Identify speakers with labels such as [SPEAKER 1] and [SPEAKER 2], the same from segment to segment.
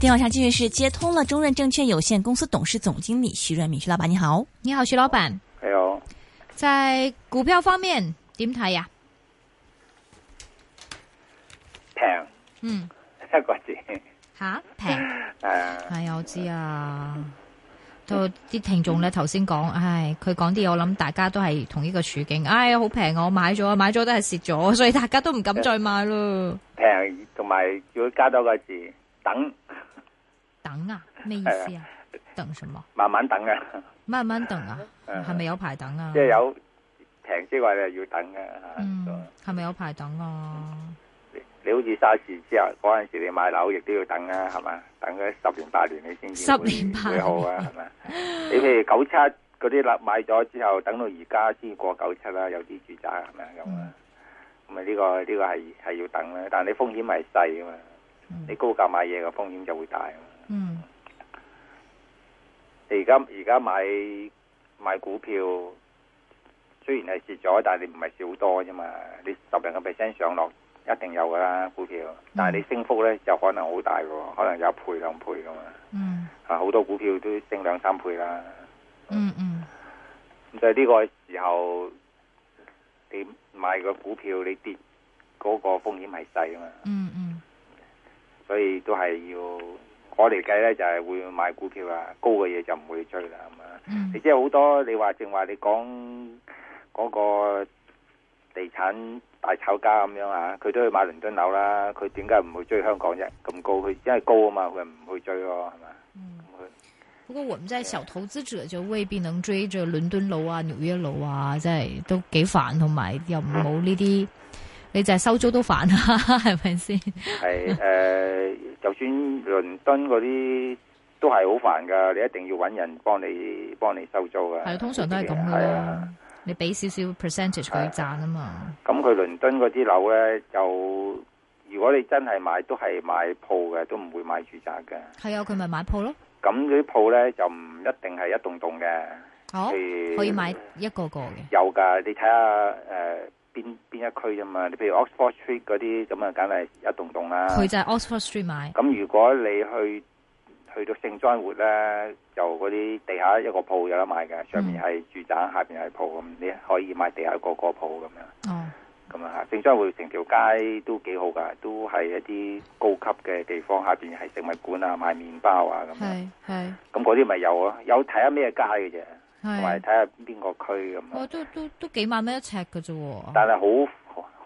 [SPEAKER 1] 电话上继续是接通了中润证券有限公司董事总经理徐润敏，徐老板你好。
[SPEAKER 2] 你好，徐老板，
[SPEAKER 3] 係啊，
[SPEAKER 2] 在股票方面點睇啊呀？
[SPEAKER 3] 平
[SPEAKER 2] 嗯，
[SPEAKER 3] 一個字，
[SPEAKER 2] 吓平，
[SPEAKER 3] 誒
[SPEAKER 2] 係啊，我知啊。都啲聽眾咧，頭先講，唉，佢講啲嘢，我諗大家都係同一個處境，唉，好平啊，我買咗啊，買咗都係蝕咗， 所以大家都唔敢再買咯。
[SPEAKER 3] 平同埋要加多個字等，
[SPEAKER 2] 等啊，咩意思啊？等什麼？
[SPEAKER 3] 慢慢等啊，
[SPEAKER 2] 慢慢等啊？
[SPEAKER 3] 嗯
[SPEAKER 2] 係咪有排等啊？
[SPEAKER 3] 即係有平之外你就要等嘅嚇。
[SPEAKER 2] 嗯，係咪有排等啊？
[SPEAKER 3] 你你好似沙士之後嗰陣時，你買樓亦都要等啊，係嘛？等咗十年八年你先至
[SPEAKER 2] 十
[SPEAKER 3] 會
[SPEAKER 2] 年八年
[SPEAKER 3] 會好啊，係嘛？你譬如九七嗰啲樓買咗之後，等到而家先過九七啦，有啲住宅係咪咁
[SPEAKER 2] 嗯
[SPEAKER 3] 啊？咁啊呢個呢個係係要等啦，但係你風險係細啊嘛，
[SPEAKER 2] 嗯
[SPEAKER 3] 你高價買嘢嘅風險就會大啊嘛。
[SPEAKER 2] 嗯
[SPEAKER 3] 你而家而家買買股票，雖然係蝕咗，但係你唔係蝕好多啫嘛。你十零個 percent 上落一定有噶啦股票，但係你升幅咧就可能好大嘅喎，可能有一倍兩倍噶嘛。
[SPEAKER 2] 嗯
[SPEAKER 3] 啊，好多股票都升兩三倍啦。
[SPEAKER 2] 嗯嗯
[SPEAKER 3] 咁所以呢個時候你買個股票，你跌嗰個風險係細啊嘛。
[SPEAKER 2] 嗯嗯
[SPEAKER 3] 所以都係要我嚟計咧，就係、會買股票啊，高嘅嘢就唔會追啦，咁啊。
[SPEAKER 2] 嗯
[SPEAKER 3] 你即係好多，你話正話你講嗰個地產大炒家咁樣啊，佢都去買倫敦樓啦，佢點解唔會追香港啫？咁高，佢因為高啊嘛，佢唔去追咯，係嘛？
[SPEAKER 2] 嗯。
[SPEAKER 3] 咁佢
[SPEAKER 2] 不過我們在小投資者就未必能追着倫敦佬啊、紐約佬啊，真係都幾煩，同埋又冇呢啲，你就係收租都煩啊， 係咪先？
[SPEAKER 3] 係誒，就算倫敦嗰啲都係好煩㗎，你一定要揾人幫你幫你收租㗎。
[SPEAKER 2] 係通常都係咁噶
[SPEAKER 3] 係啊
[SPEAKER 2] 啦，你俾少少 percentage 佢賺啊嘛。
[SPEAKER 3] 咁佢倫敦嗰啲樓呢，就如果你真係買，都係買鋪嘅，都唔會買住宅嘅。
[SPEAKER 2] 係啊，佢咪買鋪咯。
[SPEAKER 3] 咁嗰啲鋪呢，就唔一定係一棟棟嘅，
[SPEAKER 2] 哦，
[SPEAKER 3] 譬如
[SPEAKER 2] 可以買一個個嘅。
[SPEAKER 3] 有㗎。你睇下誒邊邊一區啫嘛。你譬如 Oxford Street 嗰啲咁啊，梗係一棟棟啦。
[SPEAKER 2] 佢就係 Oxford Street 買。
[SPEAKER 3] 咁如果你去去到聖莊活呢，就嗰啲地下一個鋪有得買
[SPEAKER 2] 嗯
[SPEAKER 3] 嘅，上面係住宅，下面係鋪咁，你可以買地下一個個鋪咁樣。
[SPEAKER 2] 哦，
[SPEAKER 3] 咁啊，正裝會成條街都幾好㗎，都係一啲高級嘅地方，下邊係食物館啊，賣麵包啊咁樣。
[SPEAKER 2] 係係
[SPEAKER 3] 咁嗰啲咪有咯，有睇下咩街嘅啫，同埋
[SPEAKER 2] 係。
[SPEAKER 3] 睇下邊個區咁
[SPEAKER 2] 我
[SPEAKER 3] 啊。
[SPEAKER 2] 都都都幾萬蚊一尺嘅啫喎。
[SPEAKER 3] 但係好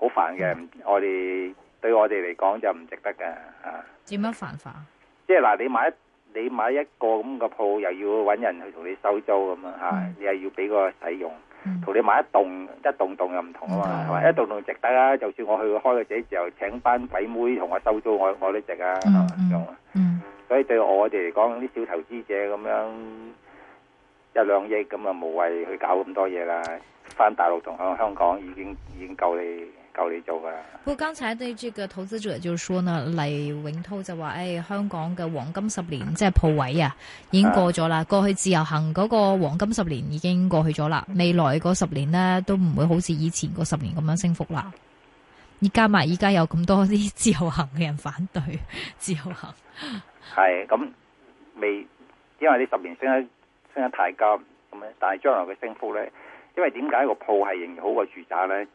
[SPEAKER 3] 好煩嘅，唔我哋對我哋嚟講就唔值得㗎啊！
[SPEAKER 2] 點樣煩法？
[SPEAKER 3] 即係嗱，你買一你買一個咁嘅鋪，又要揾人去同你收租咁啊嚇
[SPEAKER 2] 嗯，
[SPEAKER 3] 你又要俾個使用。
[SPEAKER 2] 嗯
[SPEAKER 3] 同你買一棟一棟棟又唔同啊嘛，係嘛？一棟棟值得啊！就算我去開個寫字樓請班鬼妹同我收租，我我都值啊，係嘛
[SPEAKER 2] 嗯
[SPEAKER 3] 咁啊
[SPEAKER 2] 嗯
[SPEAKER 3] 所以對我哋嚟講，啲小投資者咁樣一兩億咁啊，無謂去搞咁多嘢啦。翻大陸同向香港已經已經夠你夠你做噶啦。
[SPEAKER 2] 不過剛才對這個投資者就說呢，黎永滔就話：，誒、哎香港嘅黃金十年即係鋪位啊，已經過咗啦。過去自由行嗰個黃金十年已經過去咗啦，
[SPEAKER 3] 嗯
[SPEAKER 2] 未來嗰十年呢，都唔會好似以前嗰十年咁樣升幅啦。而加埋依家有咁多啲自由行嘅人反對自由行，
[SPEAKER 3] 係咁未，因為呢十年升得升得太急咁咧，但係將來嘅升幅咧，因為點解個鋪係仍然好過住宅咧？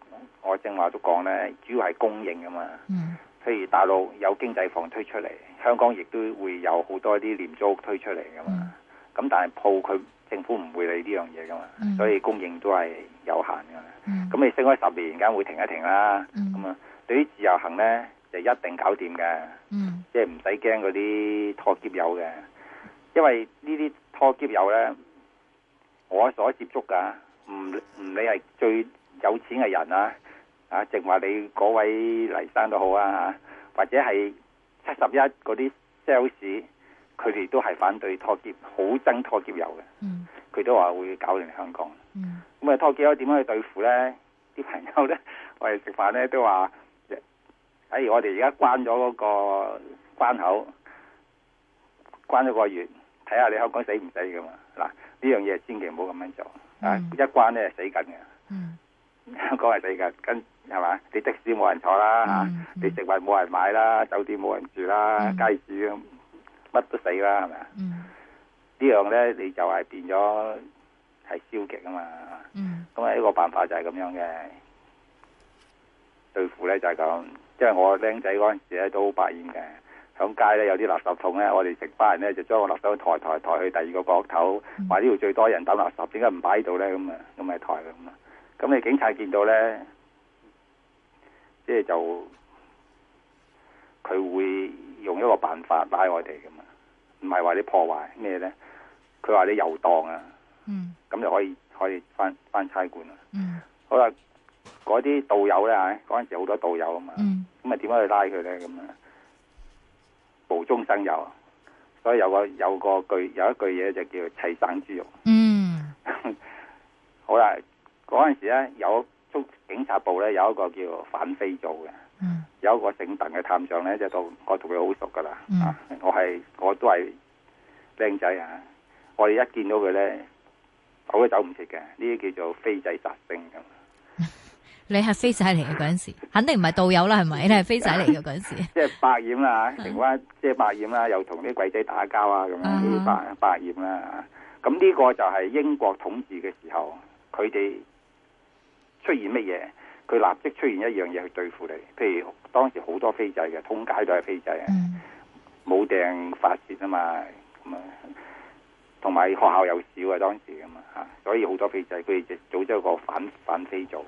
[SPEAKER 3] 我正話都講咧，主要係供應啊嘛。
[SPEAKER 2] 嗯
[SPEAKER 3] 譬如大陸有經濟房推出嚟，香港亦都會有好多啲廉租屋推出嚟噶
[SPEAKER 2] 嗯
[SPEAKER 3] 嘛。咁、但係鋪佢政府唔會理呢樣嘢噶嘛，
[SPEAKER 2] 嗯
[SPEAKER 3] 所以供應都係有限噶嘛。
[SPEAKER 2] 嗯
[SPEAKER 3] 咁你升開十年，梗會停一停啦。
[SPEAKER 2] 嗯
[SPEAKER 3] 咁啊、對於自由行呢，就一定搞掂嘅，
[SPEAKER 2] 嗯
[SPEAKER 3] 即係唔使驚嗰啲拖劫友嘅，因為呢啲拖劫友呢，我所接觸噶，唔唔理係最有錢嘅人啊，啊，淨話你嗰位黎生都好啊，或者係七十一嗰啲 sales，佢哋都係反對拖劫，好憎拖劫友嘅，
[SPEAKER 2] 嗯
[SPEAKER 3] 佢都話會搞亂香港。
[SPEAKER 2] 嗯
[SPEAKER 3] 咁啊，拖幾多點樣去對付咧？啲朋友咧，我哋食飯咧都話：，哎，我哋而家關咗嗰個關口，關咗個月，睇下你香港死唔死噶嘛？嗱，呢樣嘢千祈唔好咁樣做，啊，
[SPEAKER 2] 嗯
[SPEAKER 3] 一關咧死緊嘅，
[SPEAKER 2] 嗯
[SPEAKER 3] 香港係死緊，跟係嘛？你的士冇人坐啦，嚇、
[SPEAKER 2] 嗯嗯
[SPEAKER 3] 你食物冇人買啦，酒店冇人住啦，
[SPEAKER 2] 嗯
[SPEAKER 3] 街市咁乜都死啦，係咪啊？
[SPEAKER 2] 嗯
[SPEAKER 3] 呢樣咧你就係變咗係消極啊嘛。
[SPEAKER 2] 嗯
[SPEAKER 3] 咁啊，一個辦法就係咁樣嘅對付咧，就係咁。因為我僆仔嗰陣時咧都好百厭嘅，響街咧有啲垃圾桶咧，我哋成班人咧就將個垃圾桶抬抬抬去第二個角頭，
[SPEAKER 2] 嗯
[SPEAKER 3] 話呢度最多人抌垃圾，點解唔擺喺度咧？咁啊，咁咪抬咁啊。咁你警察見到咧，即係就佢會用一個辦法拉我哋噶嘛，唔係話你破壞咩咧？佢話你遊蕩啊，
[SPEAKER 2] 嗯
[SPEAKER 3] 咁就可以可以翻翻差館啊啦。
[SPEAKER 2] 嗯
[SPEAKER 3] 好啦，嗰啲道友咧，唉嗰陣時好多道友啊嘛，
[SPEAKER 2] 嗯
[SPEAKER 3] 咁啊點樣去拉佢咧？咁啊，無中生有，所以有個有個句有一句嘢就叫砌生豬肉。
[SPEAKER 2] 嗯
[SPEAKER 3] 好啦，嗰陣時咧有中警察部咧有一個叫反非組嘅，
[SPEAKER 2] 嗯
[SPEAKER 3] 有一個姓鄧嘅探長咧，就同我同佢好熟噶啦，
[SPEAKER 2] 嗯
[SPEAKER 3] 啊，我係我都係靚仔啊，我哋一見到佢咧，走都走唔切嘅，呢啲叫做非仔殺星咁。
[SPEAKER 2] 你係飛仔嚟嘅嗰阵时，肯定唔係導遊啦，係咪？你係飛仔嚟嘅嗰阵時，
[SPEAKER 3] 即係百厭啦，成班即係百厭啦，又同啲鬼仔打交啊，咁樣
[SPEAKER 2] 啊
[SPEAKER 3] 呢啲百百厭啦。咁呢個就係英國統治嘅時候，佢哋出現乜嘢，佢立即出現一樣嘢去對付你。譬如當時好多飛仔嘅，通街都係飛仔啊，
[SPEAKER 2] 嗯
[SPEAKER 3] 冇掟發泄啊嘛，咁啊，同埋學校又少啊，當時咁啊嚇，所以好多飛仔，佢哋就組織一個反反飛組。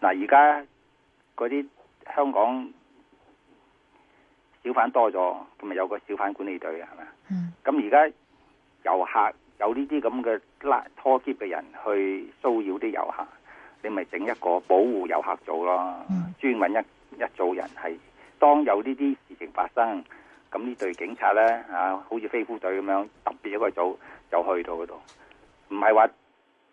[SPEAKER 3] 嗱，而家嗰啲香港小販多咗，咁咪有個小販管理隊啊係咪啊？
[SPEAKER 2] 嗯
[SPEAKER 3] 咁而家遊客有呢啲咁嘅拉拖劫嘅人去騷擾啲遊客，你咪整一個保護遊客組咯
[SPEAKER 2] 嗯，
[SPEAKER 3] 專揾一一組人係當有呢啲事情發生，咁呢隊警察呢，啊，好似飛虎隊咁樣特別一個組就去到嗰度，唔係話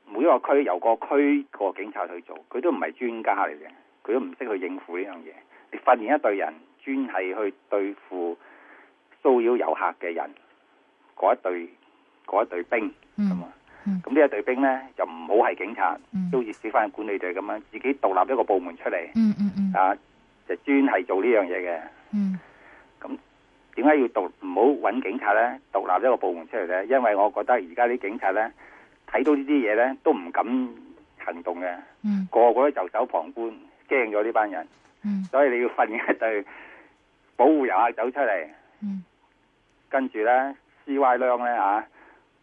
[SPEAKER 3] 每一個區由個區個警察去做，佢都唔係專家嚟嘅，佢都唔識去應付呢樣嘢。你訓練一隊人專係去對付騷擾遊客嘅人。嗰一隊嗰一隊兵咁
[SPEAKER 2] 嗯
[SPEAKER 3] 啊
[SPEAKER 2] 嗯。
[SPEAKER 3] 咁呢一隊兵呢，就唔好係警察，
[SPEAKER 2] 嗯
[SPEAKER 3] 都好似小販管理隊咁樣，自己獨立一個部門出嚟
[SPEAKER 2] 嗯嗯嗯
[SPEAKER 3] 啊，就專係做呢樣嘢嘅。
[SPEAKER 2] 嗯
[SPEAKER 3] 點解要獨唔好揾警察呢？獨立一個部門出嚟呢？因為我覺得而家啲警察呢，睇到呢啲嘢呢，都唔敢行動嘅，
[SPEAKER 2] 嗯
[SPEAKER 3] 個個都袖手旁觀，驚咗呢班人。
[SPEAKER 2] 嗯
[SPEAKER 3] 所以你要訓練一隊保護遊客走出嚟。
[SPEAKER 2] 嗯
[SPEAKER 3] 跟住呢 c Y 亮呢，啊，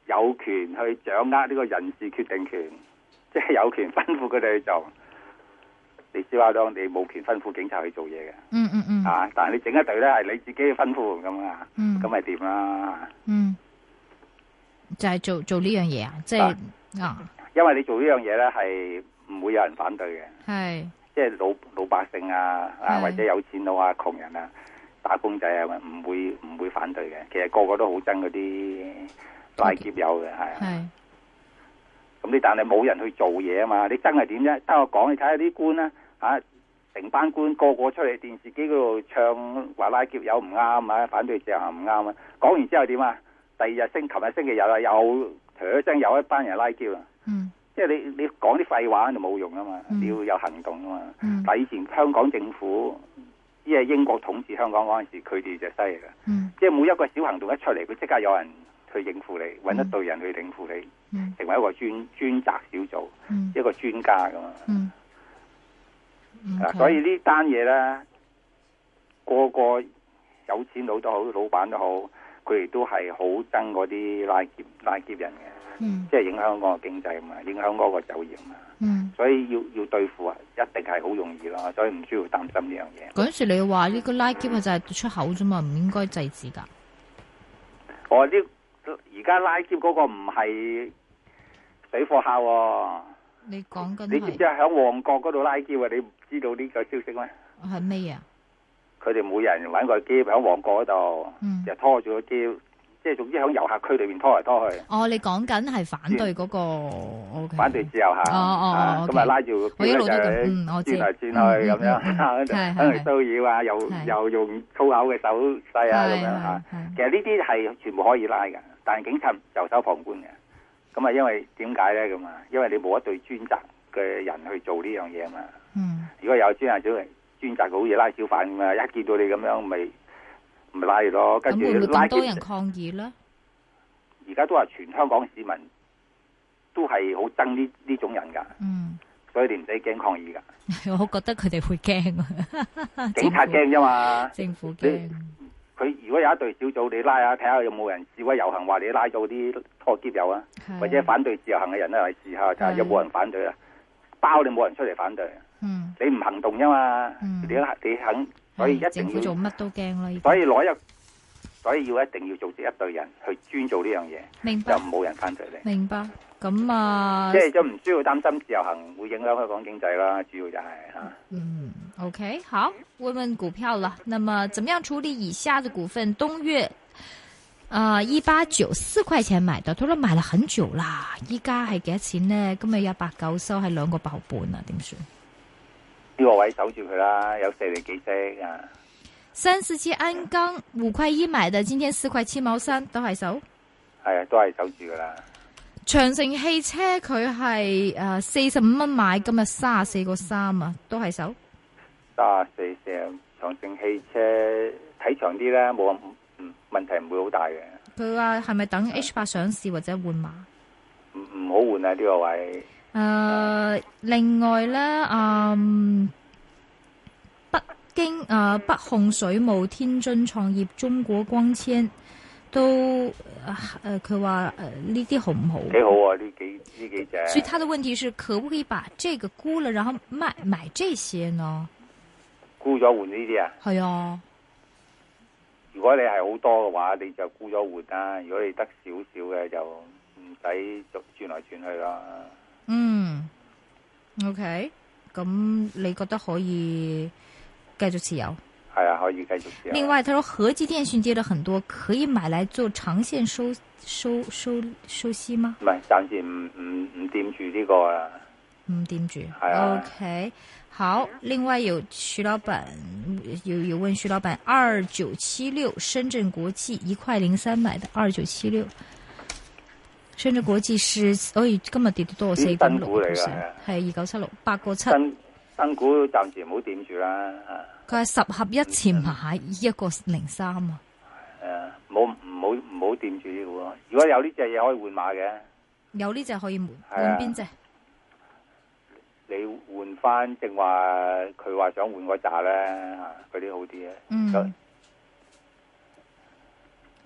[SPEAKER 3] 有權去掌握呢個人事決定權， 即係有權吩咐佢哋去做。你 c Y 亮你冇權吩咐警察去做嘢嘅，
[SPEAKER 2] 嗯嗯嗯
[SPEAKER 3] 啊！但係你整一隊呢，係你自己去吩咐咁啊，
[SPEAKER 2] 嗯
[SPEAKER 3] 咁咪掂啦。
[SPEAKER 2] 嗯，就係做做呢樣嘢啊，即係啊，
[SPEAKER 3] 因為你做呢樣嘢呢，係唔會有人反對嘅，
[SPEAKER 2] 係
[SPEAKER 3] 即係老老百姓啊，啊
[SPEAKER 2] 係
[SPEAKER 3] 或者有錢佬啊、窮人啊、打工仔啊，唔會唔會反對嘅。其實個個都好憎嗰啲拉劫友嘅，係啊。
[SPEAKER 2] 係
[SPEAKER 3] 咁你但係冇人去做嘢啊嘛，你真係點啫？得我講，你睇下啲官啦、啊，成班官個個出嚟電視機嗰度唱話拉劫有唔啱啊，反對自由行唔啱啊，講完之後點啊？第二日星，琴日星期日啊，又嘚聲有一班人拉劫啊！
[SPEAKER 2] 嗯
[SPEAKER 3] 即係你你講啲廢話就冇用啊嘛，
[SPEAKER 2] 嗯
[SPEAKER 3] 你要有行動啊嘛。
[SPEAKER 2] 嗯
[SPEAKER 3] 但以前香港政府，即係英國統治香港嗰陣時，佢哋就犀利啦。
[SPEAKER 2] 嗯
[SPEAKER 3] 即係每一個小行動一出嚟，佢即刻有人去應付你，揾一隊人去應付你，
[SPEAKER 2] 嗯
[SPEAKER 3] 成為一個專專責小組。
[SPEAKER 2] 嗯
[SPEAKER 3] 一個專家噶嘛，
[SPEAKER 2] 嗯
[SPEAKER 3] 啊，所以呢單嘢咧，個個有錢佬都好，老闆都好，佢哋都係好憎嗰啲拉劫拉劫人嘅，
[SPEAKER 2] 嗯
[SPEAKER 3] 即係影響嗰個經濟啊嘛，影響嗰個就業啊嘛，
[SPEAKER 2] 嗯
[SPEAKER 3] 所以要要對付啊，一定係好容易咯，所以唔需要擔心呢樣嘢。
[SPEAKER 2] 嗰陣時你話呢個拉 k 就係出口啫嘛，唔應該制止㗎。
[SPEAKER 3] 我呢而家拉劫嗰個唔係水貨客喎、
[SPEAKER 2] 你講緊
[SPEAKER 3] 你知唔知
[SPEAKER 2] 係
[SPEAKER 3] 喺旺角嗰度拉劫啊？你唔知道呢個消息咩？
[SPEAKER 2] 係咩嘢啊？
[SPEAKER 3] 佢哋每人揾個機喺旺角嗰度。
[SPEAKER 2] 嗯，
[SPEAKER 3] 就拖住個招，即係總之喺遊客區裏面拖嚟拖去，
[SPEAKER 2] 哦，你講緊係反對嗰個，OK，
[SPEAKER 3] 反對自由行，
[SPEAKER 2] 哦哦哦
[SPEAKER 3] 啊
[SPEAKER 2] OK
[SPEAKER 3] 咁啊拉住個
[SPEAKER 2] 我一
[SPEAKER 3] 咧
[SPEAKER 2] 路
[SPEAKER 3] 就
[SPEAKER 2] 都咁嗯我知
[SPEAKER 3] 轉嚟轉去咁樣，
[SPEAKER 2] 嗯嗯嗯
[SPEAKER 3] 喺度
[SPEAKER 2] 係係
[SPEAKER 3] 喺度騷擾啊，又
[SPEAKER 2] 係
[SPEAKER 3] 又用粗口嘅手勢啊咁樣嚇。
[SPEAKER 2] 係
[SPEAKER 3] 其實呢啲係全部可以拉嘅，但係警察袖手旁觀嘅。咁啊，因為點解咧咁啊？因為你冇一隊專責嘅人去做呢樣嘢啊嘛。
[SPEAKER 2] 嗯
[SPEAKER 3] 如果有專責組專責佢好似拉小販咁啊，一見到你咁樣，咪唔咪拉佢咯，跟
[SPEAKER 2] 咁
[SPEAKER 3] 住
[SPEAKER 2] 會唔會
[SPEAKER 3] 拉
[SPEAKER 2] 咁
[SPEAKER 3] 佢
[SPEAKER 2] 多人抗議呢？
[SPEAKER 3] 而家都話全香港市民都係好憎呢呢種人㗎，
[SPEAKER 2] 嗯，
[SPEAKER 3] 所以你唔使驚抗議 㗎。
[SPEAKER 2] 我覺得佢哋會驚啊，
[SPEAKER 3] 警察
[SPEAKER 2] 政
[SPEAKER 3] 驚啫嘛。
[SPEAKER 2] 府，政府驚，
[SPEAKER 3] 佢如果有一隊小組，你拉下睇下有冇人示威遊行，話你拉咗啲拖劫友啊，
[SPEAKER 2] 係
[SPEAKER 3] 或者反對自由行嘅人咧，嚟試下睇下
[SPEAKER 2] 係
[SPEAKER 3] 有冇人反對啊。包你冇人出嚟反對，啊
[SPEAKER 2] 嗯
[SPEAKER 3] 你唔行動啫嘛。
[SPEAKER 2] 嗯
[SPEAKER 3] 你你肯，所以一
[SPEAKER 2] 係
[SPEAKER 3] 定
[SPEAKER 2] 政府做
[SPEAKER 3] 要，
[SPEAKER 2] 乜都驚啦，已經
[SPEAKER 3] 所以攞一，所以要一定要組織一隊人去專做呢樣嘢，
[SPEAKER 2] 明白
[SPEAKER 3] 就冇人反對你。
[SPEAKER 2] 明白。咁啊
[SPEAKER 3] 即，係就唔需要擔心自由行會影響香港經濟啦，主要就係、啊
[SPEAKER 2] 嗯，OK，好，问问股票了。那么怎么样处理以下的股份？东岳，啊一八九四块钱买的，佢都买了很久啦，依家係幾多錢呢？今日一八九收係兩個爆半啊，點算？
[SPEAKER 3] 呢個位守住佢啦，有四厘幾息啊。
[SPEAKER 2] 三四七鞍钢五块一买的，今天四块七毛三都係手。
[SPEAKER 3] 系啊，都係守住噶啦。
[SPEAKER 2] 長城汽車佢係诶四十五蚊買，今日三十四个三啊，都係手。
[SPEAKER 3] 三十四四長城汽車睇長啲啦，冇咁嗯問題唔會好大嘅，
[SPEAKER 2] 佢話係咪等 H 八上市或者換馬？
[SPEAKER 3] 唔唔好換啊呢個位。
[SPEAKER 2] 诶、呃另外咧，嗯，北京诶、呃北控水務、天津創業、中國光纖都诶，佢話诶呢啲好唔好？
[SPEAKER 3] 幾好啊！呢幾呢幾隻
[SPEAKER 2] 所以他的問題是，可不可以把這個沽了，然後賣買這些呢？
[SPEAKER 3] 沽咗換呢啲啊！
[SPEAKER 2] 係啊，
[SPEAKER 3] 如果你係好多嘅話，你就沽咗換啦；如果你得少少嘅，就唔使就轉來轉去啦。
[SPEAKER 2] 嗯，OK，咁你覺得可以繼續持有？
[SPEAKER 3] 係啊，可以繼續試下。
[SPEAKER 2] 另外，他说和记电讯跌了很多，可以买来做长线收收收收息吗？
[SPEAKER 3] 唔係暫時唔唔唔掂住呢個啊。
[SPEAKER 2] 五嗯点住
[SPEAKER 3] 係啊
[SPEAKER 2] ，OK，好。另外有徐老板有有问徐老板二九七六深圳国际一块零三买的二九七六，深圳国际是，所以今日跌到多四
[SPEAKER 3] 咦
[SPEAKER 2] 點
[SPEAKER 3] 嗯新股嚟
[SPEAKER 2] 六
[SPEAKER 3] 㗎
[SPEAKER 2] 系
[SPEAKER 3] 係啊
[SPEAKER 2] 二九七六八個七，
[SPEAKER 3] 新新股暫時唔好掂住啦，啊
[SPEAKER 2] 佢係十合一前買一個零三啊，
[SPEAKER 3] 誒，唔好唔好唔好掂住呢個喎。如果有呢只嘢可以換馬嘅，
[SPEAKER 2] 有呢只可以換
[SPEAKER 3] 係啊
[SPEAKER 2] 換邊只？
[SPEAKER 3] 你換翻正話佢話想換嗰扎咧，啊嗰啲好啲嘅。有
[SPEAKER 2] 嗯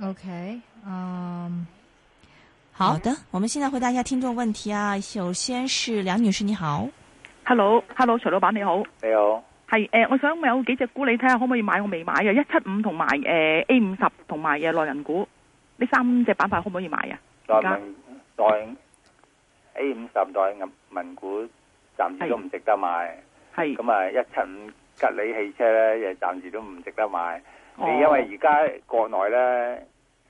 [SPEAKER 2] ，OK，嗯，好，
[SPEAKER 1] 的，我们现在回答一下听众问题啊。首先是梁女士，你好，
[SPEAKER 4] Hello，Hello，徐老闆你好，
[SPEAKER 3] 你好，
[SPEAKER 4] 係诶、呃我想有幾隻股你睇下可唔可以買？我未買嘅，一七五同埋诶 A 五十同埋嘅內銀股，呢三隻板塊可唔可以買啊？而
[SPEAKER 3] 內
[SPEAKER 4] 家
[SPEAKER 3] 民內 A 五十內銀民股暫時都唔值得買，
[SPEAKER 4] 係
[SPEAKER 3] 咁啊一七五吉利汽車咧，亦暫時都唔值得買。
[SPEAKER 4] 哦
[SPEAKER 3] 你因為而家國內咧，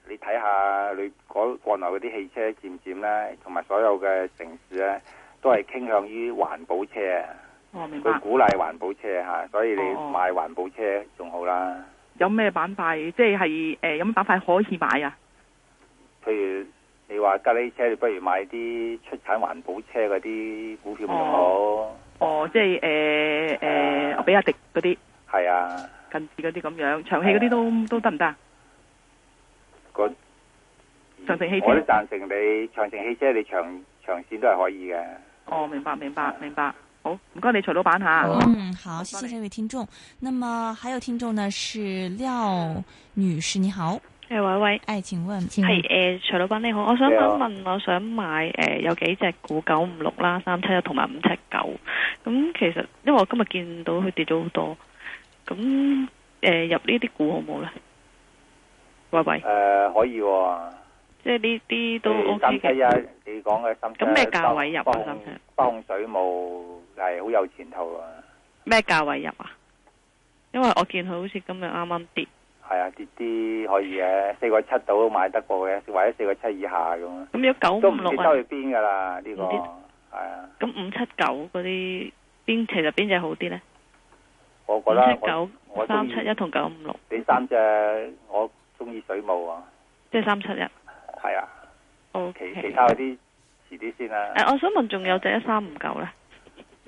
[SPEAKER 3] 你睇下你嗰國內嗰啲汽車漸漸咧，同埋所有嘅城市咧，都係傾向於環保車啊。
[SPEAKER 4] 哦明
[SPEAKER 3] 佢
[SPEAKER 4] 白，
[SPEAKER 3] 鼓勵環保車嚇，所以你
[SPEAKER 4] 哦
[SPEAKER 3] 買環保車仲好啦。
[SPEAKER 4] 有咩板塊即係诶、呃有咩板塊可以買啊？
[SPEAKER 3] 譬如你話吉利車，你不如買啲出產環保車嗰啲股票仲好。
[SPEAKER 4] 哦，即係诶诶比亞迪嗰啲
[SPEAKER 3] 係啊，
[SPEAKER 4] 近似嗰啲咁樣，長氣嗰啲都都得唔得啊？
[SPEAKER 3] 個
[SPEAKER 4] 長城汽車
[SPEAKER 3] 我都贊成你長城汽車，你長長線都係可以嘅。
[SPEAKER 4] 哦明白明白明白，好唔該你徐老闆吓。
[SPEAKER 3] 好
[SPEAKER 1] 嗯，好，谢谢
[SPEAKER 4] 帮你
[SPEAKER 1] 这位听众。那么还有听众呢是廖女士，你好，
[SPEAKER 5] 诶，喂喂，
[SPEAKER 1] 哎，请问，
[SPEAKER 2] 請
[SPEAKER 5] 系诶、呃徐老闆你好，我想
[SPEAKER 3] 嗯你好
[SPEAKER 5] 問問，我想買诶、呃有幾隻股九五六啦、三七一同埋五七九，咁其實因為我今日見到佢跌咗好多，咁诶、呃入呢啲股好冇呢？喂喂
[SPEAKER 3] 誒、，可以喎、
[SPEAKER 5] 即係呢啲都
[SPEAKER 3] 你
[SPEAKER 5] OK
[SPEAKER 3] 三七
[SPEAKER 5] 嘅，
[SPEAKER 3] 一，你講嘅三七一
[SPEAKER 5] 咁咩價位入啊
[SPEAKER 3] 北控
[SPEAKER 5] 三七一
[SPEAKER 3] 北控水務係好有前途啊！
[SPEAKER 5] 咩價位入啊？因為我見佢好似今日啱啱跌，
[SPEAKER 3] 係啊，跌啲可以嘅，四個七到都買得過嘅，或者四個七以下咁啊。
[SPEAKER 5] 咁如果九
[SPEAKER 3] 都
[SPEAKER 5] 五
[SPEAKER 3] 唔知
[SPEAKER 5] 六
[SPEAKER 3] 收
[SPEAKER 5] 啊，
[SPEAKER 3] 去邊噶啦，呢、個
[SPEAKER 5] 唔
[SPEAKER 3] 係
[SPEAKER 5] 知
[SPEAKER 3] 啊，
[SPEAKER 5] 咁五七九嗰啲邊其實邊隻好啲呢？
[SPEAKER 3] 我
[SPEAKER 5] 五
[SPEAKER 3] 覺得
[SPEAKER 5] 七
[SPEAKER 3] 我
[SPEAKER 5] 九
[SPEAKER 3] 我、
[SPEAKER 5] 三
[SPEAKER 3] 中
[SPEAKER 5] 七
[SPEAKER 3] 意
[SPEAKER 5] 一同九五六，
[SPEAKER 3] 你三隻，我中意水務啊，
[SPEAKER 5] 即係三七一。
[SPEAKER 3] 係啊，
[SPEAKER 5] O K，
[SPEAKER 3] 其其他嗰啲遲啲先啊啦
[SPEAKER 5] 诶、，我想問仲有隻一三五九咧，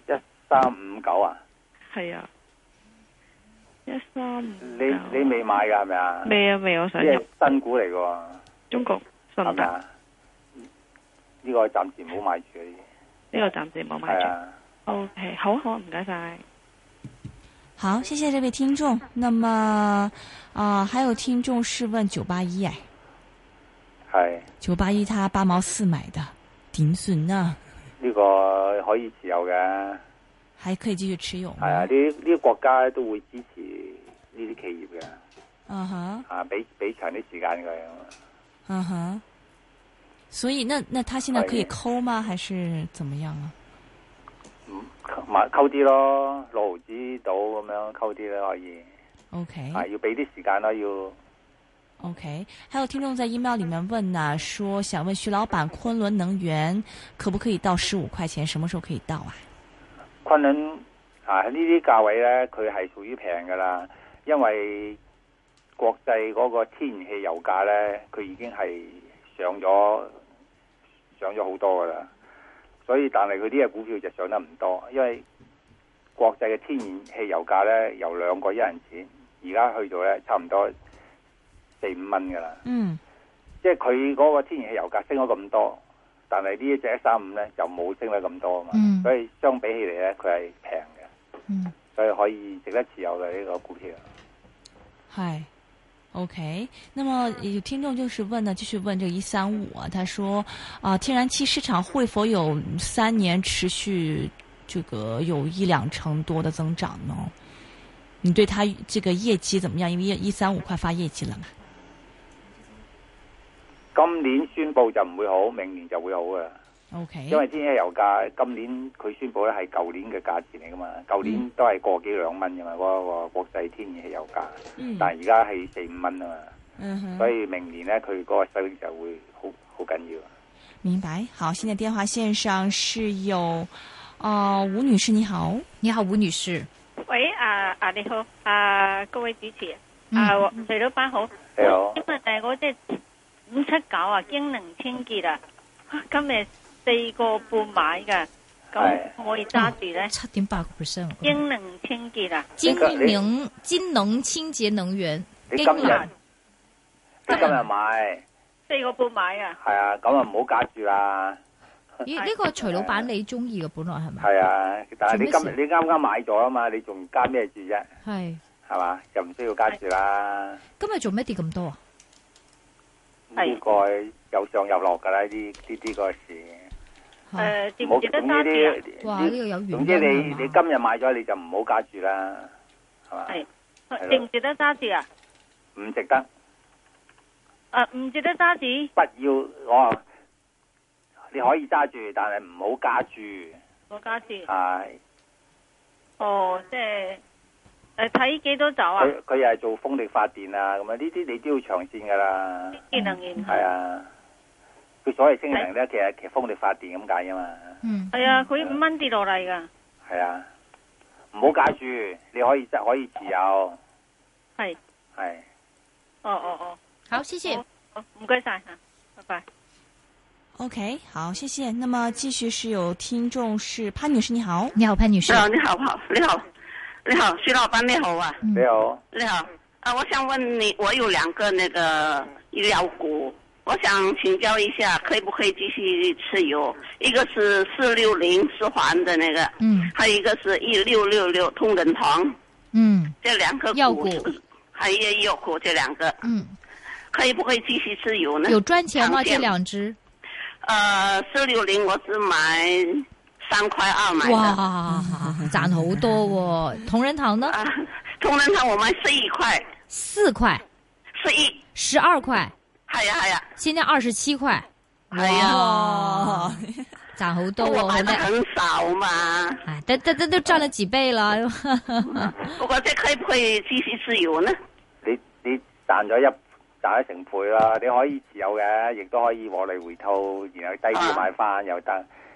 [SPEAKER 3] 一三五九啊，
[SPEAKER 5] 係啊，一三五
[SPEAKER 3] 你你未買㗎係咪啊？
[SPEAKER 5] 咩啊？未我
[SPEAKER 3] 即
[SPEAKER 5] 想入
[SPEAKER 3] 係新股嚟㗎喎，
[SPEAKER 5] 中國信
[SPEAKER 3] 係咪
[SPEAKER 5] 達
[SPEAKER 3] 啊？呢個暫時唔好買住啊！呢
[SPEAKER 5] 呢個暫時冇
[SPEAKER 3] 啲
[SPEAKER 5] 買
[SPEAKER 3] 係
[SPEAKER 5] 住。
[SPEAKER 3] 啊，
[SPEAKER 5] O K，好啊好啊，唔該晒。
[SPEAKER 1] 好，谢谢这位听众。那么啊、还有听众是问九八一哎，
[SPEAKER 3] 係
[SPEAKER 1] 九八一他八毛四买的，顶损呢，
[SPEAKER 3] 呢個可以持有嘅。
[SPEAKER 1] 还可以继续持有吗？
[SPEAKER 3] 係啊，呢
[SPEAKER 5] 嗯
[SPEAKER 3] 呢啲國家都會支持呢啲企業嘅，
[SPEAKER 1] 嗯哼，
[SPEAKER 3] 啊，俾俾長啲時間佢。
[SPEAKER 1] 嗯哼。所以那那他现在可以
[SPEAKER 3] 可以
[SPEAKER 1] 抠吗？还是怎么样啊？
[SPEAKER 3] 嗯買溝啲咯，六毫子到咁樣溝啲咧可以，
[SPEAKER 1] OK
[SPEAKER 3] 啊，要俾啲時間咯，要
[SPEAKER 1] OK，还有听众在 email 里面问呢、说想问徐老板，昆仑能源可不可以到十五块钱？什么时候可以到啊？
[SPEAKER 3] 昆侖啊呢啲價位咧，佢係屬於平噶啦，因為國際嗰個天然氣油價咧，佢已經係上咗上咗好多噶啦，所以但係佢呢只股票就上得唔多，因為國際嘅天然氣油價咧由兩個一人錢，而家去到咧差唔多四五蚊噶啦。
[SPEAKER 1] 嗯
[SPEAKER 3] 即係佢嗰個天然氣油價升咗咁多，但係呢一隻一三五咧就冇升得咁多啊嘛，
[SPEAKER 2] 嗯
[SPEAKER 3] 所以相比起嚟咧，佢係平嘅，
[SPEAKER 2] 嗯，
[SPEAKER 3] 所以可以值得持有嘅呢、個股票。
[SPEAKER 1] 嗨，OK。那么有听众就是问呢，继续问这个一三五啊，他说啊、天然气市场会否有三年持续这个有一两成多的增长呢？你对它这个业绩怎么样？因为一三五快发业绩了嘛。
[SPEAKER 3] 今年宣布就唔會好，明年就會好噶啦，
[SPEAKER 1] OK，
[SPEAKER 3] 因為天然氣油價今年佢宣布咧係舊年嘅價錢嚟噶嘛，舊年都係個幾兩蚊噶嘛，嗰、個國際天然氣油價，
[SPEAKER 1] 嗯
[SPEAKER 3] 但係而家係四五蚊啊嘛，
[SPEAKER 1] 嗯哼
[SPEAKER 3] 所以明年咧佢嗰個收益就會好好緊要。
[SPEAKER 1] 明白。好，现在电话线上是有，呃，吴女士你好，
[SPEAKER 2] 以后碗女士，
[SPEAKER 6] 喂，啊啊你好，啊各位主持，
[SPEAKER 2] 嗯
[SPEAKER 6] 啊徐老闆好，
[SPEAKER 3] 你好
[SPEAKER 6] 今日呃誒我即係五七九啊，京能清潔啊， 啊今日四個半買嘅，
[SPEAKER 3] 係嗯
[SPEAKER 6] 咁我可以揸住咧，
[SPEAKER 2] 哎七点八个 percent，啊
[SPEAKER 6] 京能清潔啊，
[SPEAKER 2] 金
[SPEAKER 3] 你
[SPEAKER 2] 能金能清洁能源，
[SPEAKER 3] 你
[SPEAKER 2] 京
[SPEAKER 3] 今日
[SPEAKER 2] 能
[SPEAKER 3] 你今日買？
[SPEAKER 6] 四個半買啊，
[SPEAKER 3] 系啊，咁啊唔好加住啦。
[SPEAKER 7] 呃哎
[SPEAKER 2] 咦呢个徐老板你中意嘅本来系咪？
[SPEAKER 3] 係啊，但係你
[SPEAKER 2] 做
[SPEAKER 3] 今
[SPEAKER 2] 咩事
[SPEAKER 3] 你啱啱買咗啊嘛，你仲加咩住啫？
[SPEAKER 2] 系
[SPEAKER 3] 係嘛，就唔需要加住啦。
[SPEAKER 2] 今日做咩跌咁多啊？
[SPEAKER 6] 係
[SPEAKER 3] 呢個有上有落㗎啦，呢啲呢啲個事。
[SPEAKER 2] 嚇
[SPEAKER 6] 誒
[SPEAKER 7] 呃
[SPEAKER 6] 呃值
[SPEAKER 3] 唔
[SPEAKER 6] 唔
[SPEAKER 3] 好
[SPEAKER 6] 值得啊
[SPEAKER 3] 總之
[SPEAKER 6] 揸住
[SPEAKER 2] 哇呢
[SPEAKER 3] 呢
[SPEAKER 2] 個有原因
[SPEAKER 3] 總之你
[SPEAKER 2] 啊嘛
[SPEAKER 3] 你今日買咗你就唔好加住啦，係嘛
[SPEAKER 6] 啊？？係
[SPEAKER 3] 係咯
[SPEAKER 6] 值唔值得揸住啊？
[SPEAKER 3] 唔值得，
[SPEAKER 6] 誒唔值得揸住，
[SPEAKER 3] 不要我。你可以揸住，但係唔好加住。
[SPEAKER 6] 我揸住，
[SPEAKER 3] 係
[SPEAKER 6] 哦即係誒睇幾多走啊？
[SPEAKER 3] 佢佢又係做風力發電啊，咁啊呢啲你都要長線㗎啦。
[SPEAKER 6] 節能源
[SPEAKER 3] 係啊，佢所謂清零咧，其實其實風力發電咁解啫嘛。
[SPEAKER 2] 嗯，
[SPEAKER 6] 係啊，佢五蚊跌落嚟㗎，
[SPEAKER 3] 係啊，唔好解住，你可以即可以持有，
[SPEAKER 6] 係，
[SPEAKER 3] 係。
[SPEAKER 6] 哦哦哦。
[SPEAKER 2] 好，谢谢。
[SPEAKER 6] 好唔该晒吓，拜拜。
[SPEAKER 1] OK，好，谢谢。那么继续是有听众是潘女士，你好，
[SPEAKER 2] 你好，潘女士，
[SPEAKER 7] 啊，你好，好，你好，你好，徐老板，你好啊，
[SPEAKER 2] 嗯
[SPEAKER 3] 你好，
[SPEAKER 7] 你好。啊，我想问你，我有两个那个医疗股，我想请教一下，可以不可以继续持有？一个是四六零四环的那个，
[SPEAKER 2] 嗯
[SPEAKER 7] 还有一个是一六六六通仁堂，
[SPEAKER 2] 嗯
[SPEAKER 7] 这两个
[SPEAKER 2] 药
[SPEAKER 7] 股
[SPEAKER 2] 股
[SPEAKER 7] 是不是，还有药股这两个，
[SPEAKER 2] 嗯，
[SPEAKER 7] 可以不可以继续持有呢？
[SPEAKER 2] 有赚钱吗？
[SPEAKER 7] 常见
[SPEAKER 2] 这两只？
[SPEAKER 7] 呃，四六零我只买三块二买的，
[SPEAKER 2] 哇，赚好多喎、 同仁堂呢？
[SPEAKER 7] 啊，通仁堂我买十一块，
[SPEAKER 2] 四块、
[SPEAKER 7] 十一，
[SPEAKER 2] 十二块，
[SPEAKER 7] 哎呀哎呀。
[SPEAKER 2] 现在二十七块，
[SPEAKER 7] 哎呀
[SPEAKER 2] 哇，赚好多喎、好
[SPEAKER 7] 我买的
[SPEAKER 2] 叻！
[SPEAKER 7] 很少嘛，
[SPEAKER 2] 哎，但但但都赚了几倍了，
[SPEAKER 7] 不过这可以不可以继续自由呢？
[SPEAKER 3] 你你賺咗一賺咗成倍啦，你可以持有嘅，亦都可以獲利回吐，然後低啲買翻又得，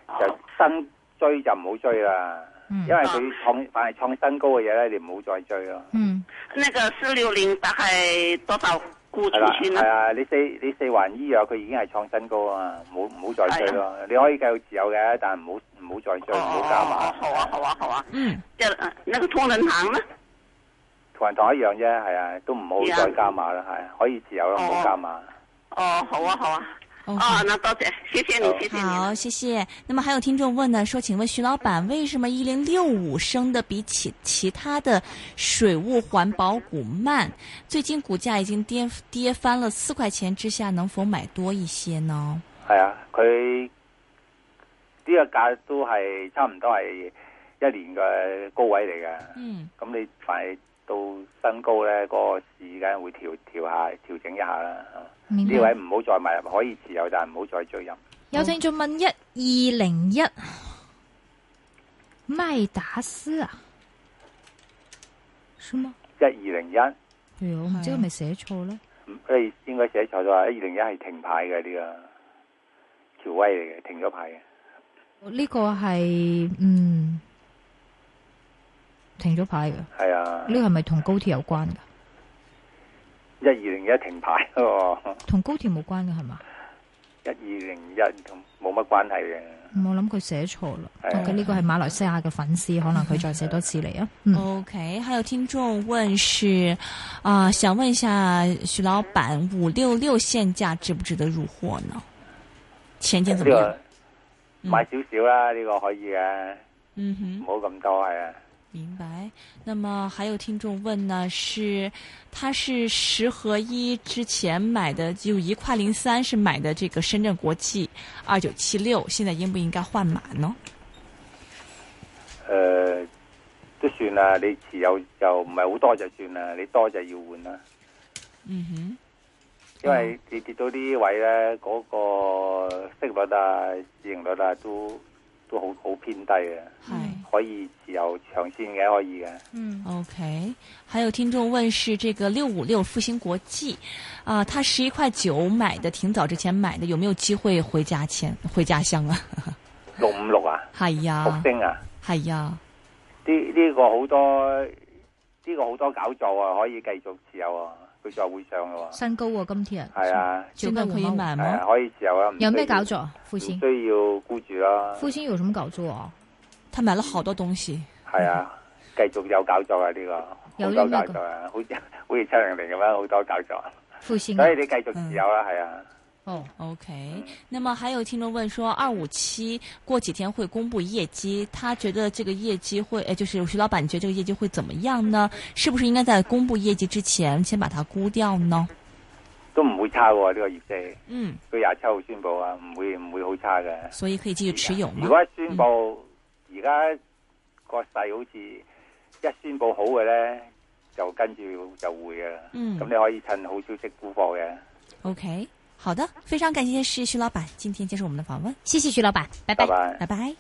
[SPEAKER 7] 啊
[SPEAKER 3] 就新追就唔好追啦，
[SPEAKER 2] 嗯
[SPEAKER 3] 因為佢創凡係創新高嘅嘢咧，你唔好再追咯。
[SPEAKER 2] 嗯，
[SPEAKER 7] 那个四六零大概多少沽出
[SPEAKER 3] 係啦，
[SPEAKER 7] 去呢
[SPEAKER 3] 係？啊，你四你四環醫藥佢已經係創新高啊嘛，唔好唔好再追咯。你可以繼續持有嘅，但係唔好唔好再追，唔好加啊碼。
[SPEAKER 7] 哦好啊，好啊，好啊。
[SPEAKER 1] 嗯，
[SPEAKER 7] 这呃那个通仁堂呢？
[SPEAKER 3] 同仁堂一樣啫，係啊，都唔好再加碼啦，係啊可以自由啦，唔好加碼。
[SPEAKER 7] 哦，好啊，好啊。
[SPEAKER 1] OK
[SPEAKER 7] 哦，那多谢，谢谢你，谢谢你。
[SPEAKER 1] 好，谢谢。那么还有听众问呢，说，请问徐老板，为什么一零六五升的比起其他的水务环保股慢？最近股价已经跌跌翻了四块钱之下，能否买多一些呢？
[SPEAKER 3] 係啊，佢呢個價都係差唔多係一年嘅高位嚟嘅。
[SPEAKER 1] 嗯
[SPEAKER 3] 咁你凡係到新高咧，嗰、個市梗係會調調下調整一下啦。啊
[SPEAKER 2] 明
[SPEAKER 3] 呢位
[SPEAKER 2] 白。
[SPEAKER 3] 唔好再買入，可以持有，但係唔好再追入。
[SPEAKER 2] 有听众问一二零一麦达斯啊，是吗？
[SPEAKER 3] 一二零一。
[SPEAKER 2] 哎呀我唔知我咪写错咧。
[SPEAKER 3] 你應該寫錯咗啊！一二零一係停牌嘅呢、個喬威嚟嘅，停咗牌嘅。
[SPEAKER 2] 呢個係嗯停咗牌嘅，呢
[SPEAKER 3] 係啊，
[SPEAKER 2] 個係咪同高鐵有關噶？
[SPEAKER 3] 一二零一停牌喎，
[SPEAKER 2] 同高鐵冇關嘅係嘛？
[SPEAKER 3] 一二零一咁冇乜關係嘅。
[SPEAKER 2] 我諗佢寫錯啦。
[SPEAKER 3] 係啊
[SPEAKER 2] OK，呢個係馬來西亞嘅粉絲，可能佢再寫多次嚟啊。嗯，
[SPEAKER 1] ，OK。还有听众问是，啊、想问一下徐老板，五六六现价值不值得入货呢？前景
[SPEAKER 3] 呢、
[SPEAKER 1] 怎么样？
[SPEAKER 3] 個買少少啦，呢、個可以嘅，
[SPEAKER 1] 嗯哼
[SPEAKER 3] 唔。好咁多係啊。
[SPEAKER 1] 明白。那么还有听众问呢，是他是十合一之前买的，就一块零三是买的这个深圳国际二九七六，现在应不应该换码呢？
[SPEAKER 3] 誒、都算啦，你持有就唔係好多就算啦，你多就要換啦。
[SPEAKER 1] 嗯哼，
[SPEAKER 3] 因為你跌到呢位咧，嗰、個息率啊、市盈率啊都都好好偏低嘅。
[SPEAKER 1] 嗨、
[SPEAKER 3] 可以自由長線嘅，可以嘅。
[SPEAKER 2] 嗯
[SPEAKER 1] o k 还有听众问是这个六五六复兴国际，啊、他十一块九买的，挺早之前买的，有没有机会回家前回家乡啊？
[SPEAKER 3] 六五六啊，
[SPEAKER 1] 哎
[SPEAKER 3] 复
[SPEAKER 1] 呀，
[SPEAKER 3] 星啊，
[SPEAKER 1] 哎呀，
[SPEAKER 3] 呢呢、個好多呢、個好多搞作啊，可以繼續持有啊，佢再會上嘅喎。
[SPEAKER 2] 新高喎，今天
[SPEAKER 3] 係，啊，
[SPEAKER 1] 真的可以买
[SPEAKER 3] 係啊
[SPEAKER 1] 吗？，
[SPEAKER 3] 可以持有啊。唔需要
[SPEAKER 2] 有咩搞？作？父
[SPEAKER 3] 唔
[SPEAKER 2] 親，
[SPEAKER 3] 需要沽住啦。
[SPEAKER 2] 父親有什麼搞作啊？
[SPEAKER 1] 他买了好多东西。
[SPEAKER 3] 係啊，繼續有搞作啊，呢、個
[SPEAKER 2] 有
[SPEAKER 3] 好
[SPEAKER 2] 啲
[SPEAKER 3] 多
[SPEAKER 2] 咩
[SPEAKER 3] 搞作啊，好似好似七零零咁樣，好多搞作。
[SPEAKER 2] 父親
[SPEAKER 3] 所以
[SPEAKER 2] 啊，
[SPEAKER 3] 你繼續持有啦，係啊。
[SPEAKER 2] 哦，
[SPEAKER 1] OK，那么还有听众问说，二五七过几天会公布业绩，他觉得这个业绩会，呃，就是徐老板，你觉得这个业绩会怎么样呢？是不是应该在公布业绩之前先把它沽掉呢？
[SPEAKER 3] 都唔會差喎，呢、個業績，
[SPEAKER 1] 嗯，
[SPEAKER 3] 佢廿七號宣布啊，唔會唔會好差嘅。
[SPEAKER 1] 所以可以继续持有嗯
[SPEAKER 3] 如
[SPEAKER 1] 嘛？
[SPEAKER 3] 果一宣布而家個勢好似一宣布好嘅咧，就跟住就會嘅啦。
[SPEAKER 1] 嗯
[SPEAKER 3] 咁你可以趁好消息沽貨嘅。
[SPEAKER 1] ，OK，好的，非常感谢是徐老板今天接受我们的访问，
[SPEAKER 2] 謝謝徐老闆，拜
[SPEAKER 3] 拜
[SPEAKER 2] 拜。
[SPEAKER 1] 拜。
[SPEAKER 3] 拜
[SPEAKER 1] 拜。